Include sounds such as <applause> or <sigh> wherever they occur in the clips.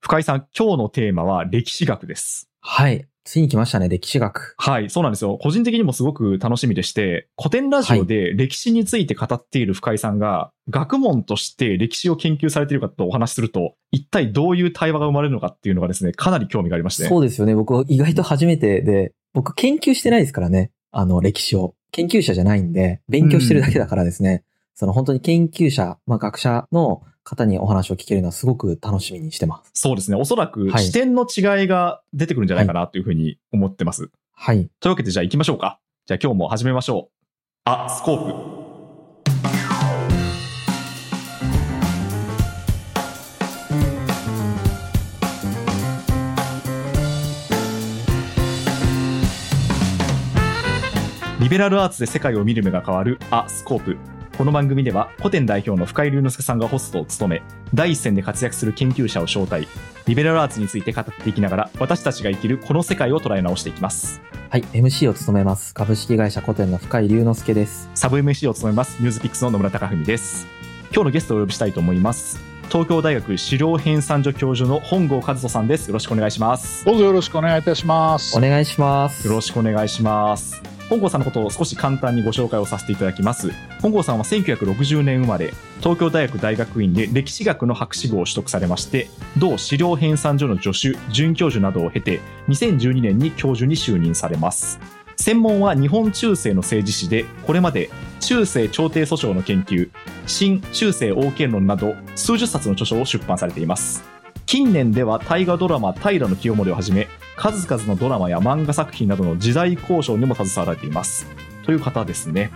深井さん、今日のテーマは歴史学です。はい。ついに来ましたね、歴史学。はい、そうなんですよ。個人的にもすごく楽しみでして、古典ラジオで歴史について語っている深井さんが、学問として歴史を研究されている方とお話しすると、一体どういう対話が生まれるのかっていうのがですね、かなり興味がありまして。そうですよね。僕、意外と初めてで、僕、研究してないですからね。あの、歴史を。研究者じゃないんで、勉強してるだけだからですね。その本当に研究者、まあ、学者の方にお話を聞けるのはすごく楽しみにしてます。そうですね。おそらくはい視点の違いが出てくるんじゃないかなというふうに思ってます。はい。というわけでじゃあ行きましょうか。じゃあ今日も始めましょう。あ、スコープ。リベラルアーツで世界を見る目が変わるアスコープ。この番組では古典代表の深井龍之介さんがホストを務め、第一線で活躍する研究者を招待、リベラルアーツについて語っていきながら、私たちが生きるこの世界を捉え直していきます。はい。MC を務めます。株式会社古典の深井龍之介です。サブ MC を務めます、ニュースピックスの野村貴文です。今日のゲストをお呼びしたいと思います。東京大学資料編纂所教授の本郷和人さんです。よろしくお願いします。どうぞよろしくお願いいたしますお。願いします。よろしくお願いします。本郷さんのことを少し簡単にご紹介をさせていただきます。本郷さんは1960年生まれ、東京大学大学院で歴史学の博士号を取得されまして、同資料編纂所の助手、准教授などを経て、2012年に教授に就任されます。専門は日本中世の政治史で、これまで中世朝廷訴訟の研究、新中世王権論など数十冊の著書を出版されています。近年では大河ドラマ平清盛をはじめ、数々のドラマや漫画作品などの時代交渉にも携わられています。という方ですね。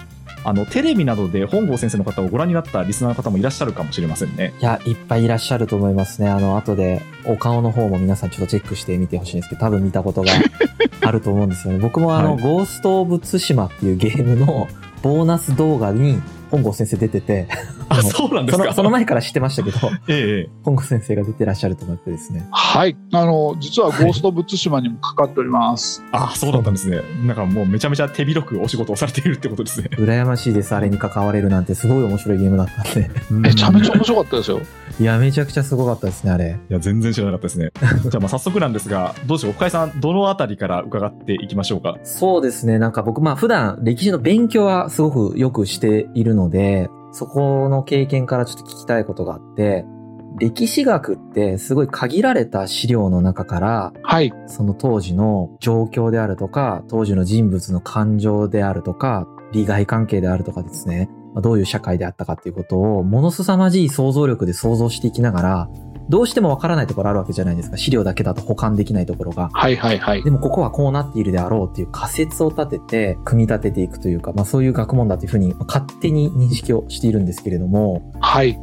あの、テレビなどで本郷先生の方をご覧になったリスナーの方もいらっしゃるかもしれませんね。いや、いっぱいいらっしゃると思いますね。あの、後で、お顔の方も皆さんちょっとチェックしてみてほしいんですけど、多分見たことがあると思うんですよね。僕もあの、はいゴースト・オブ・ツシマっていうゲームのボーナス動画に本郷先生出てて、あ、あの <laughs> そうなんでそすの、か。その前から知ってましたけど、 <laughs> ええええ本郷先生が出てらっしゃると思ってですね。はい、あの実はゴースト・ブツシマにもかかっております。あ、そうだったんですね。なんかもうめちゃめちゃ手広くお仕事をされているってことですね。羨ましいです。あれに関われるなんて、すごい面白いゲームだったんで。めち <laughs> ゃめちゃうんい面白かったですよ。いや、めちゃくちゃすごかったですね、あれ。や、全然知らなかったですね。 <laughs> じゃあ、まあ早速なんですが、どうしよう。深井さん、どのあたりから伺っていきましょうか。そうですね。なんか僕、まあ普段歴史の勉強はすごくよくしているので、そこの経験からちょっと聞きたいことがあって、歴史学ってすごい限られた資料の中から、はい、その当時の状況であるとか、当時の人物の感情であるとか、利害関係であるとかですね、まあどういう社会であったかっていうことを、ものすさまじい想像力で想像していきながら、どうしてもわからないところあるわけじゃないですか。資料だけだと保管できないところが。はい、はい、はい。でもここはこうなっているであろうっていう仮説を立てて、組み立てていくというか、まあそういう学問だというふうにまあ勝手に認識をしているんですけれども、はい、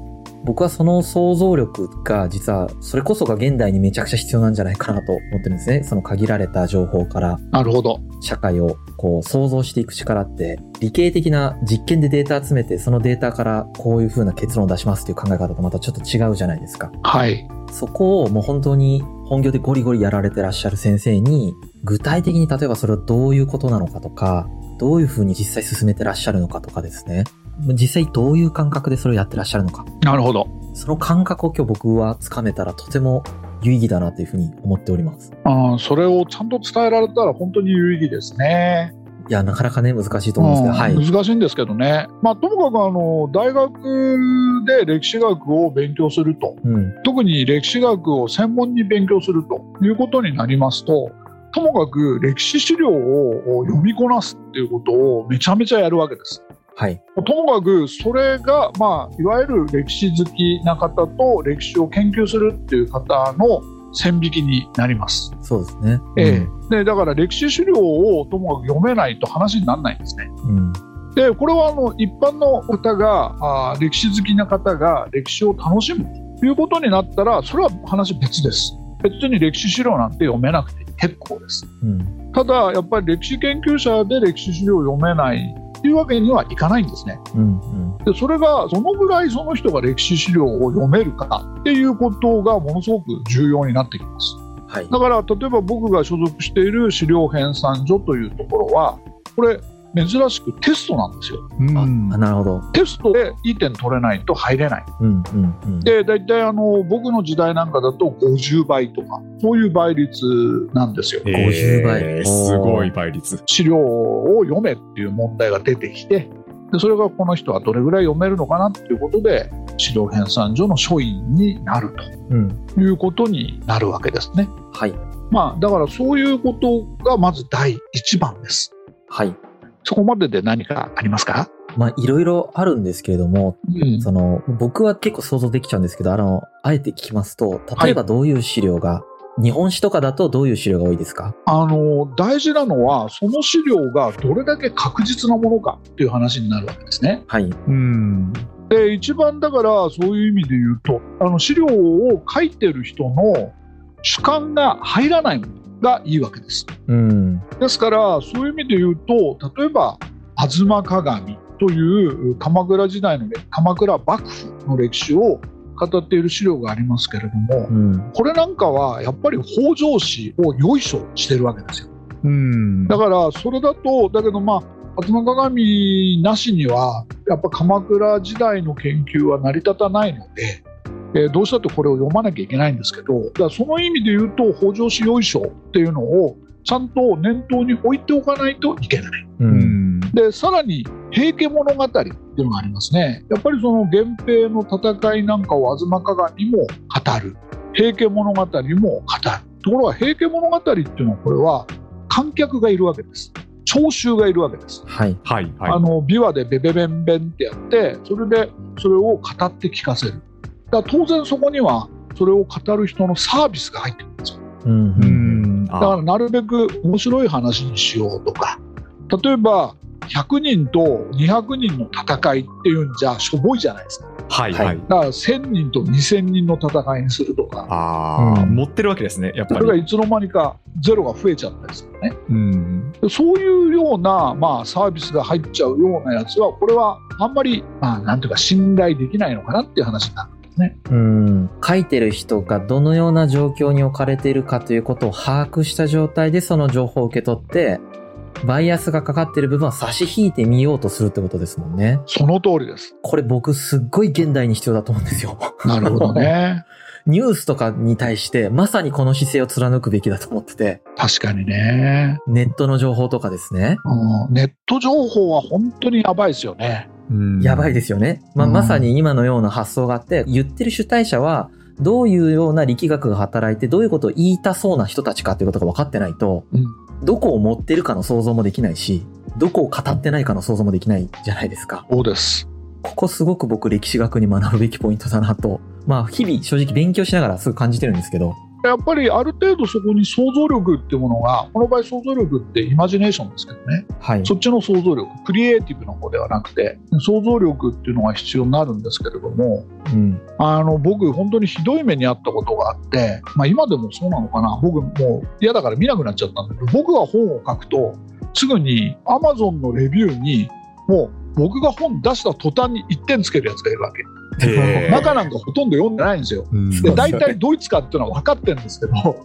僕はその想像力が実はそれこそが現代にめちゃくちゃ必要なんじゃないかなと思ってるんですね。その限られた情報からなるほど。社会をこう想像していく力って、理系的な実験でデータ集めて、そのデータからこういうふうな結論を出しますという考え方とまたちょっと違うじゃないですか。はい、そこをもう本当に本業でゴリゴリやられてらっしゃる先生に、具体的に例えばそれはどういうことなのかとか、どういうふうに実際進めてらっしゃるのかとかですね。実際どういう感覚でそれをやってらっしゃるのか。なるほど。その感覚を今日僕はつかめたらとても有意義だなというふうに思っております。あーそれをちゃんと伝えられたら本当に有意義ですね。いや、なかなかね、難しいと思うんですけど、はうい。ん難しいんですけどね。まあともかくあの大学で歴史学を勉強すると、うん。特に歴史学を専門に勉強するということになりますとともかく歴史資料を読みこなすっていうことをめちゃめちゃやるわけです。はい。ともかくそれが、まあ、いわゆる歴史好きな方と歴史を研究するっていう方の線引きになります。そうですね。ええ、でだから歴史資料をともかく読めないと話にならないんですね。うん。でこれはあの一般の方があー歴史好きな方が歴史を楽しむということになったらそれは話別です別に歴史資料なんて読めなくて結構ですうん。ただやっぱり歴史研究者で歴史資料を読めないというわけにはいかないんですねうん。うん。でそれがどのぐらいその人が歴史資料を読めるかっていうことがものすごく重要になってきますはい。だから例えば僕が所属している資料編纂所というところはこれ珍しくテストなんですよ。うんあ、あなるほど。テストでいい点取れないと入れない。うんうんうん。で、大体あの僕の時代なんかだと50倍とか、そういう倍率なんですよ。 50倍えーすごい倍率。資料を読めっていう問題が出てきてでそれがこの人はどれぐらい読めるのかなっていうことで資料編纂所の書員になるうん。ということになるわけですね。はい。まあ、だからそういうことがまず第一番です。はい。そこまでで何かありますか、まあ、いろいろあるんですけれども、うんその、僕は結構想像できちゃうんですけど、あの、あえて聞きますと、例えばどういう資料が、日本史とかだとどういう資料が多いですかあの大事なのはその資料がどれだけ確実なものかっていう話になるわけですね。はい。うん。で一番だからそういう意味で言うとあの資料を書いてる人の主観が入らないものがいいわけですうん。ですからそういう意味で言うと例えば「吾妻鏡」という鎌倉時代のね鎌倉幕府の歴史を語っている資料がありますけれどもうん。これなんかはやっぱり北条氏をよいしょしてるわけですようん。だからそれだとだけどまあ吾妻鏡なしにはやっぱ鎌倉時代の研究は成り立たないので、えーどうしたってこれを読まなきゃいけないんですけどだからその意味で言うと北条氏よいしょっていうのをちゃんと念頭に置いておかないといけない。う。うんん。でさらに平家物語っていうのがありますねやっぱりその源平の戦いなんかを吾妻鏡も語る平家物語も語るところが平家物語っていうのはこれは観客がいるわけです聴衆がいるわけです、はい。はいはい。あの琵琶でベベベンベンってやってそれでそれを語って聞かせるだから当然そこにはそれを語る人のサービスが入ってくるんですようん。う。うんん。あだからなるべく面白い話にしようとか例えば100人と200人の戦いっていうんじゃしょぼいじゃないですかはいはい。だから1000人と2000人の戦いにするとかああ、うん持ってるわけですね、やっぱそれがり。いつの間にかゼロが増えちゃったりするねうん。でそういうような、まあ、サービスが入っちゃうようなやつはこれはあんまり、まあ、なんていうか信頼できないのかなっていう話になるうん。書いてる人がどのような状況に置かれているかということを把握した状態でその情報を受け取って、バイアスがかかってる部分は差し引いてみようとするってことですもんね。その通りですこれ僕すっごい現代に必要だと思うんですよ。 <laughs> なるほど。ねニュースとかに対してまさにこの姿勢を貫くべきだと思ってて、 <laughs> 確かにね、ネットの情報とかですね。うん、ネット情報は本当にやばいですよねうんやばいですよね。まあ、うんまさに今のような発想があって、言ってる主体者は、どういうような力学が働いて、どういうことを言いたそうな人たちかということが分かってないと、うんどこを持ってるかの想像もできないし、どこを語ってないかの想像もできないじゃないですか。そうですここすごく僕歴史学に学ぶべきポイントだなと、まあ日々正直勉強しながらすぐ感じてるんですけど、やっぱりある程度そこに想像力ってものがこの場合想像力ってイマジネーションですけどねはい。そっちの想像力クリエイティブの方ではなくて想像力っていうのが必要になるんですけれどもうん。あの僕本当にひどい目にあったことがあって、まあ、今でもそうなのかな僕もう嫌だから見なくなっちゃったんだけど僕が本を書くとすぐに Amazon のレビューにもう僕が本出した途端に1点つけるやつがいるわけへー中なんかほとんど読んでないんですようんで大体ドイツかっていうのは分かってるんですけど <laughs>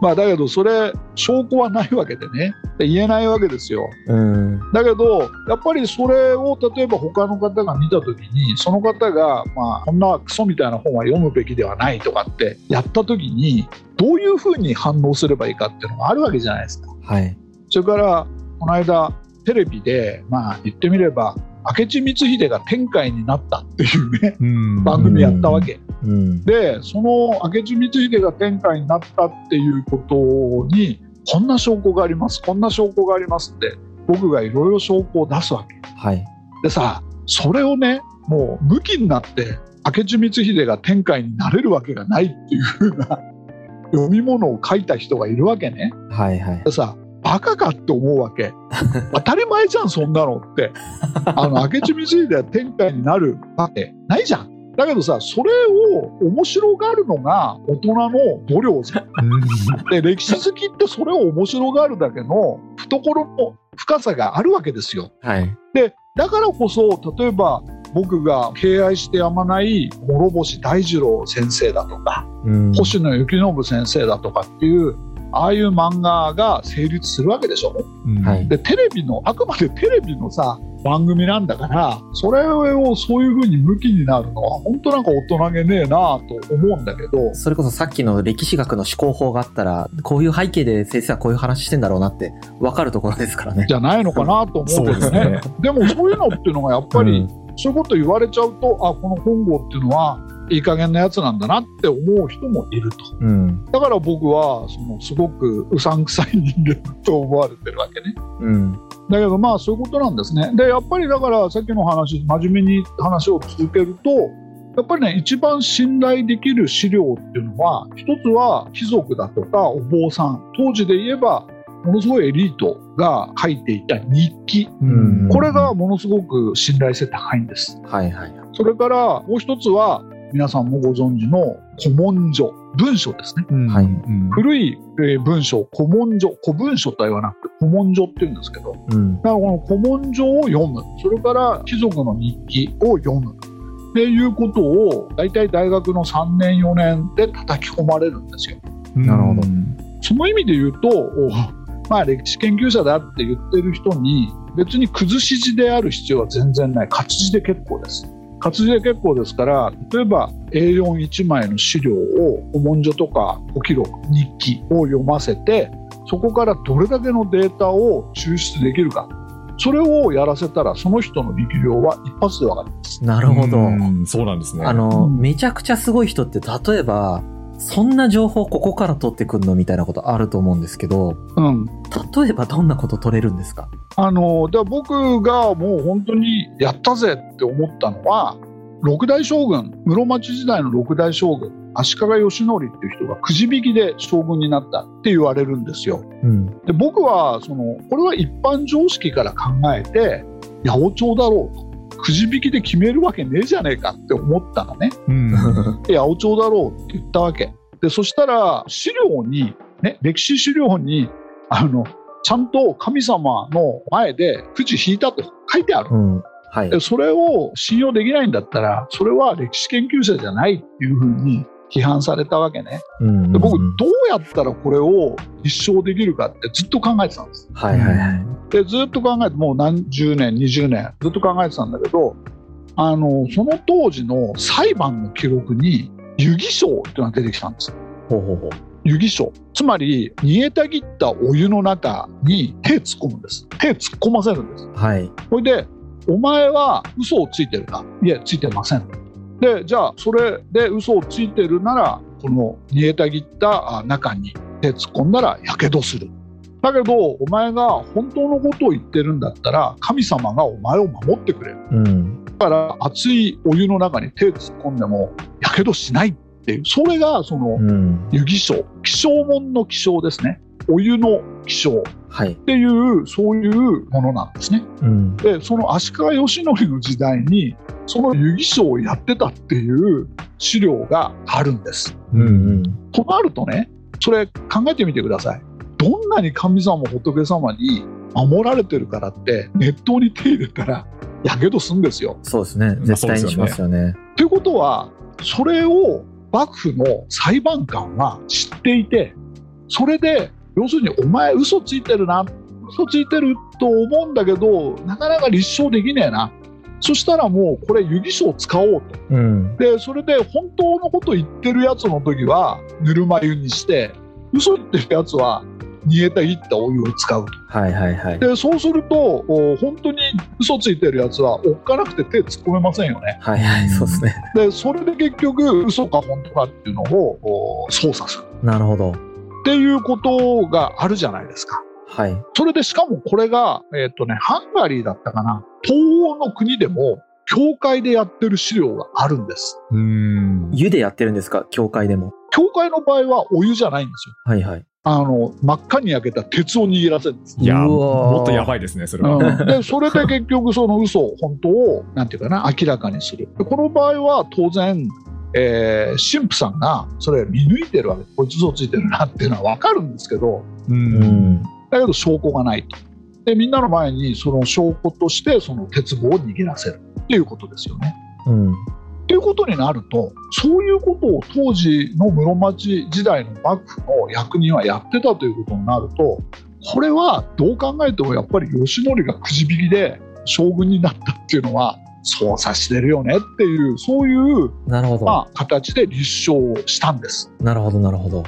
まあだけどそれ証拠はないわけでねで言えないわけですようん。だけどやっぱりそれを例えば他の方が見た時にその方が、まあ、こんなクソみたいな本は読むべきではないとかってやった時にどういうふうに反応すればいいかっていうのがあるわけじゃないですか。はい。それからこの間テレビで、まあ、言ってみれば明智光秀が天海になったっていうねうん番組やったわけ。うん。でその明智光秀が天下になったっていうことにこんな証拠がありますこんな証拠がありますって僕がいろいろ証拠を出すわけはい。でさそれをねもう向きになって明智光秀が天下になれるわけがないっていうふうな読み物を書いた人がいるわけねはいはいで。さバカかって思うわ <laughs> け当たり前じゃんそんなのってあの明智光秀は天下になるわけないじゃんだけどさそれを面白がるのが大人の度量じゃんで歴史好きってそれを面白がるだけの懐の深さがあるわけですよはい。でだからこそ例えば僕が敬愛してやまない諸星大二郎先生だとかうん。星野幸信先生だとかっていうああいう漫画が成立するわけでしょうんはいでテレビのあくまでテレビのさ番組なんだからそれをそういう風に向きになるのは本当なんか大人げねえなと思うんだけどそれこそさっきの歴史学の思考法があったら、こういう背景で先生はこういう話してんだろうなって分かるところですからね。じゃないのかなと思うんだよそうねででもそういうのっていうのがやっぱり、うんそういうこと言われちゃうとあこの本郷っていうのはいい加減なやつなんだなって思う人もいるとうん。だから僕はそのすごくうさんくさい人間と思われてるわけねうん。だけどまあそういうことなんですねでやっぱりだからさっきの話真面目に話を続けるとやっぱりね一番信頼できる資料っていうのは一つは貴族だとかお坊さん当時で言えばものすごいエリートが書いていた日記うんこれがものすごく信頼性高いんですはいはいはい。それからもう一つは皆さんもご存知の古文書文書ですねうんはいうん古いえー文書古文書古文書とは言わなくて古文書って言うんですけどだかうん。らこの古文書を読むそれから貴族の日記を読むっていうことを大体大学の3年4年で叩き込まれるんですよ。なるうほどんその意味で言うとおまあ歴史研究者だって言ってる人に別に崩し字である必要は全然ない活字で結構です。活字で結構ですから例えば A41 枚の資料を古文書とか古記録日記を読ませてそこからどれだけのデータを抽出できるかそれをやらせたらその人の力量は一発で分かる。なるほど。うんそうなんですねあの、うんめちゃくちゃすごい人って、例えば、そんな情報ここから取ってくるのみたいなことあると思うんですけど、うん例えばどんなこと取れるんですかあのだから僕がもう本当にやったぜって思ったのは六代将軍室町時代の六代将軍足利義教っていう人がくじ引きで将軍になったって言われるんですよ。うん。で僕はそのこれは一般常識から考えて八百長だろうとくじ引きで決めるわけねえじゃねえかって思ったらねうんで八百長だろうって言ったわけでそしたら資料に、ね、歴史資料にあのちゃんと神様の前でくじ引いたと書いてあるうん。はいで。それを信用できないんだったらそれは歴史研究者じゃないっていうふうに批判されたわけねうんで僕うんうんどうやったらこれを立証できるかってずっと考えてたんですはいはいはい。でずっと考えてもう何十年20年ずっと考えてたんだけどあのその当時の裁判の記録に遊戯賞っていうのが出てきたんですほうほうほう。湯気書つまり煮えたぎったお湯の中に手突っ込むんです手突っ込ませるんですはい。それでお前は嘘をついてるないえついてませんでじゃあそれで嘘をついてるならこの煮えたぎったあ中に手突っ込んだらやけどするだけどお前が本当のことを言ってるんだったら神様がお前を守ってくれるうん。だから熱いお湯の中に手突っ込んでもやけどしないっていうそれがその、うん。湯気症気象門の気象ですねお湯の気象っはい。ていうそういうものなんですねうん。でその足利義教の時代にその湯気症をやってたっていう資料があるんですうんうん。となるとねそれ考えてみてくださいどんなに神様仏様に守られてるからって熱湯に手入れたらやけどすんですよそうですね。あ絶対にしますよね。ということはそれを幕府の裁判官は知っていてそれで要するにお前嘘ついてるな嘘ついてると思うんだけどなかなか立証できねえなそしたらもうこれ湯気書を使おうとうん。でそれで本当のこと言ってるやつの時はぬるま湯にして嘘言ってるやつは煮えたぎったお湯を使うはいはいはい。でそうするとお本当に嘘ついてるやつはおっかなくて手突っ込めませんよねはいはい。そうですね。でそれで結局嘘か本当かっていうのをお操作するなるほど。っていうことがあるじゃないですかはい。それでしかもこれが、えーっとね、ハンガリーだったかな東欧の国でも教会でやってる資料があるんですうん湯でやってるんですか教会でも。教会の場合はお湯じゃないんですよはいはい。あの真っ赤に焼けた鉄を握らせるんです、いやうわーもっとやばいですねそれは、うんでそれで結局その嘘本当をなんていうかな明らかにするでこの場合は当然、えー神父さんがそれ見抜いてるわけこいつ嘘ついてるなっていうのは分かるんですけどううんん。だけど証拠がないとでみんなの前にその証拠としてその鉄棒を握らせるっていうことですよねうん。っていうことになるとそういうことを当時の室町時代の幕府の役人はやってたということになるとこれはどう考えてもやっぱり義則がくじ引きで将軍になったっていうのは操作してるよねっていうそういう、なるほど。まあ、形で立証をしたんです。なるほど、なるほど。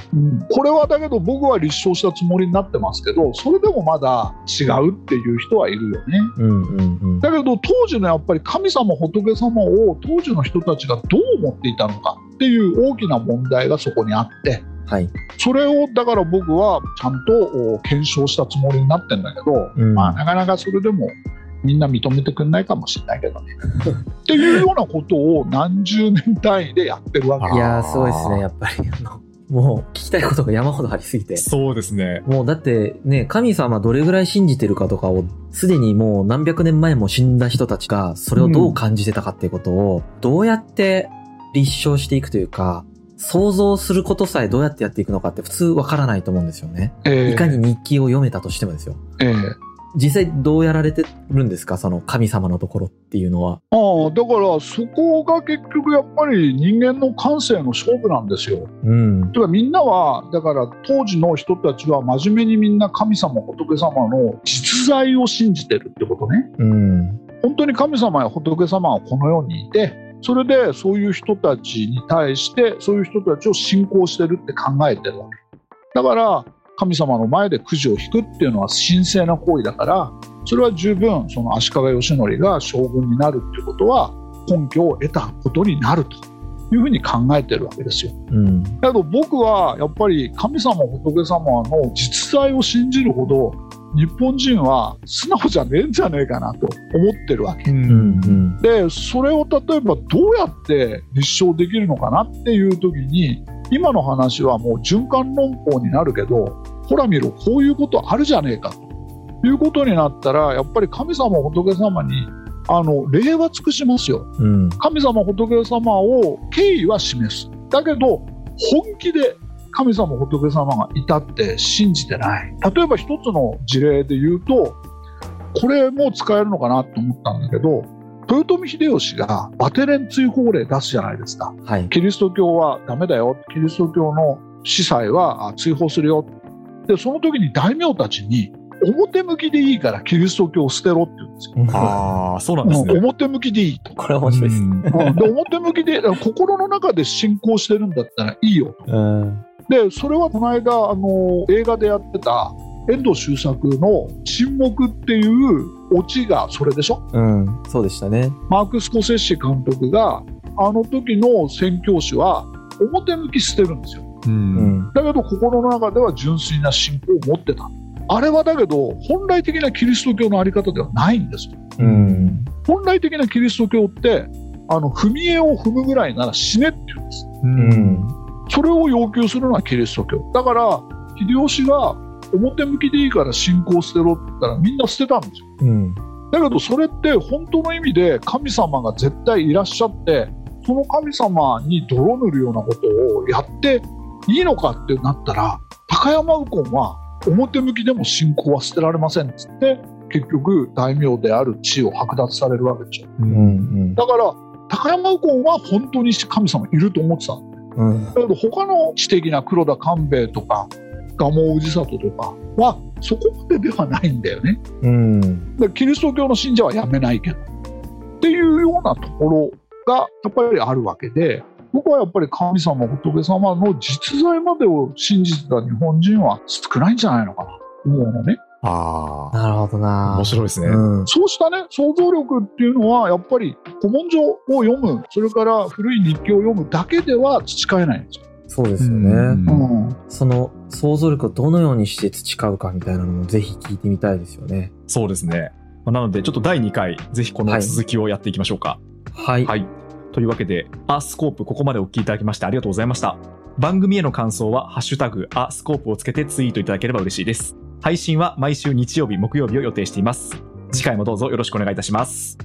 これはだけど僕は立証したつもりになってますけどそれでもまだ違うっていう人はいるよね。うんうんうん。だけど当時のやっぱり神様仏様を当時の人たちがどう思っていたのかっていう大きな問題がそこにあってはい。それをだから僕はちゃんとお検証したつもりになってんだけど、うんまあ、なかなかそれでもみんな認めてくれないかもしれないけどね。 <laughs> っていうようなことを何十年単位でやってるわけあいやー、すごいですね、やっぱり。あのもう、聞きたいことが山ほどありすぎて。そうですね。もうだってね、神様どれぐらい信じてるかとかを、すでにもう何百年前も死んだ人たちが、それをどう感じてたかっていうことを、どうやって立証していくというか、想像することさえどうやってやっていくのかって普通わからないと思うんですよね。ええいかに日記を読めたとしてもですよ。ええ実際どうやられてるんですかその神様のところっていうのは。ああだからそこが結局やっぱり人間の感性の勝負なんですよ。うん。というかみんなはだから当時の人たちは真面目にみんな神様仏様の実在を信じてるってことねうん。本当に神様や仏様はこの世にいてそれでそういう人たちに対してそういう人たちを信仰してるって考えてるわけだから神様の前でくじを引くっていうのは神聖な行為だからそれは十分その足利義教が将軍になるっていうことは根拠を得たことになるというふうに考えてるわけですようん。だけど僕はやっぱり神様仏様の実在を信じるほど日本人は素直じゃねえんじゃねえかなと思ってるわけううん。うん。でそれを例えばどうやって立証できるのかなっていう時に今の話はもう循環論法になるけどほら見ろこういうことあるじゃねえかということになったらやっぱり神様仏様にあの礼は尽くしますようん。神様仏様を敬意は示すだけど本気で神様仏様がいたって信じてない例えば一つの事例で言うとこれも使えるのかなと思ったんだけど豊臣秀吉がバテレン追放令出すじゃないですかはい。キリスト教はダメだよキリスト教の司祭はあ追放するよでその時に大名たちに表向きでいいからキリスト教を捨てろって言うんですよああ、そうなんですうんね。表向きでいいとこれは面白いです。うんうんで表向きでだから心の中で信仰してるんだったらいいようん。でそれはこの間あの映画でやってた遠藤周作の「沈黙」っていうオチがそれでしょうん。そうでしたね。マーク・スコセッシ監督があの時の宣教師は表向き捨てるんですよううんん。だけど心の中では純粋な信仰を持ってたあれはだけど本来的なキリスト教のあり方ではないんですようん。本来的なキリスト教ってあの踏み絵を踏むぐらいなら死ねって言うんですううんん。それを要求するのはキリスト教だから秀吉が表向きでいいから信仰を捨てろって言ったらみんな捨てたんですようん。だけどそれって本当の意味で神様が絶対いらっしゃってその神様に泥塗るようなことをやっていいのかってなったら高山右近は表向きでも信仰は捨てられませんっつって結局大名である地位を剥奪されるわけでしょうん。だから高山右近は本当に神様いると思ってたうん。だけど他の知的な黒田官兵衛とか蒲生氏里とかはそこまでではないんだよねうん。だからキリスト教の信者はやめないけどっていうようなところがやっぱりあるわけで僕はやっぱり神様仏様の実在までを信じてた日本人は少ないんじゃないのかなと思うのねあなるほどあ、な面白いですね。うん。そうしたね想像力っていうのはやっぱり古文書を読むそれから古い日記を読むだけでは培えないんですよ、そうですようね。んその想像力をどのようにして培うかみたいなのもぜひ聞いてみたいですよね。そうですね。まあなので、ちょっと第2回、ぜひこの続きをやっていきましょうか。はい。はい。というわけで、アスコープ、ここまでお聞きいただきましてありがとうございました。番組への感想は、ハッシュタグ、アスコープをつけてツイートいただければ嬉しいです。配信は毎週日曜日、木曜日を予定しています。次回もどうぞよろしくお願いいたします。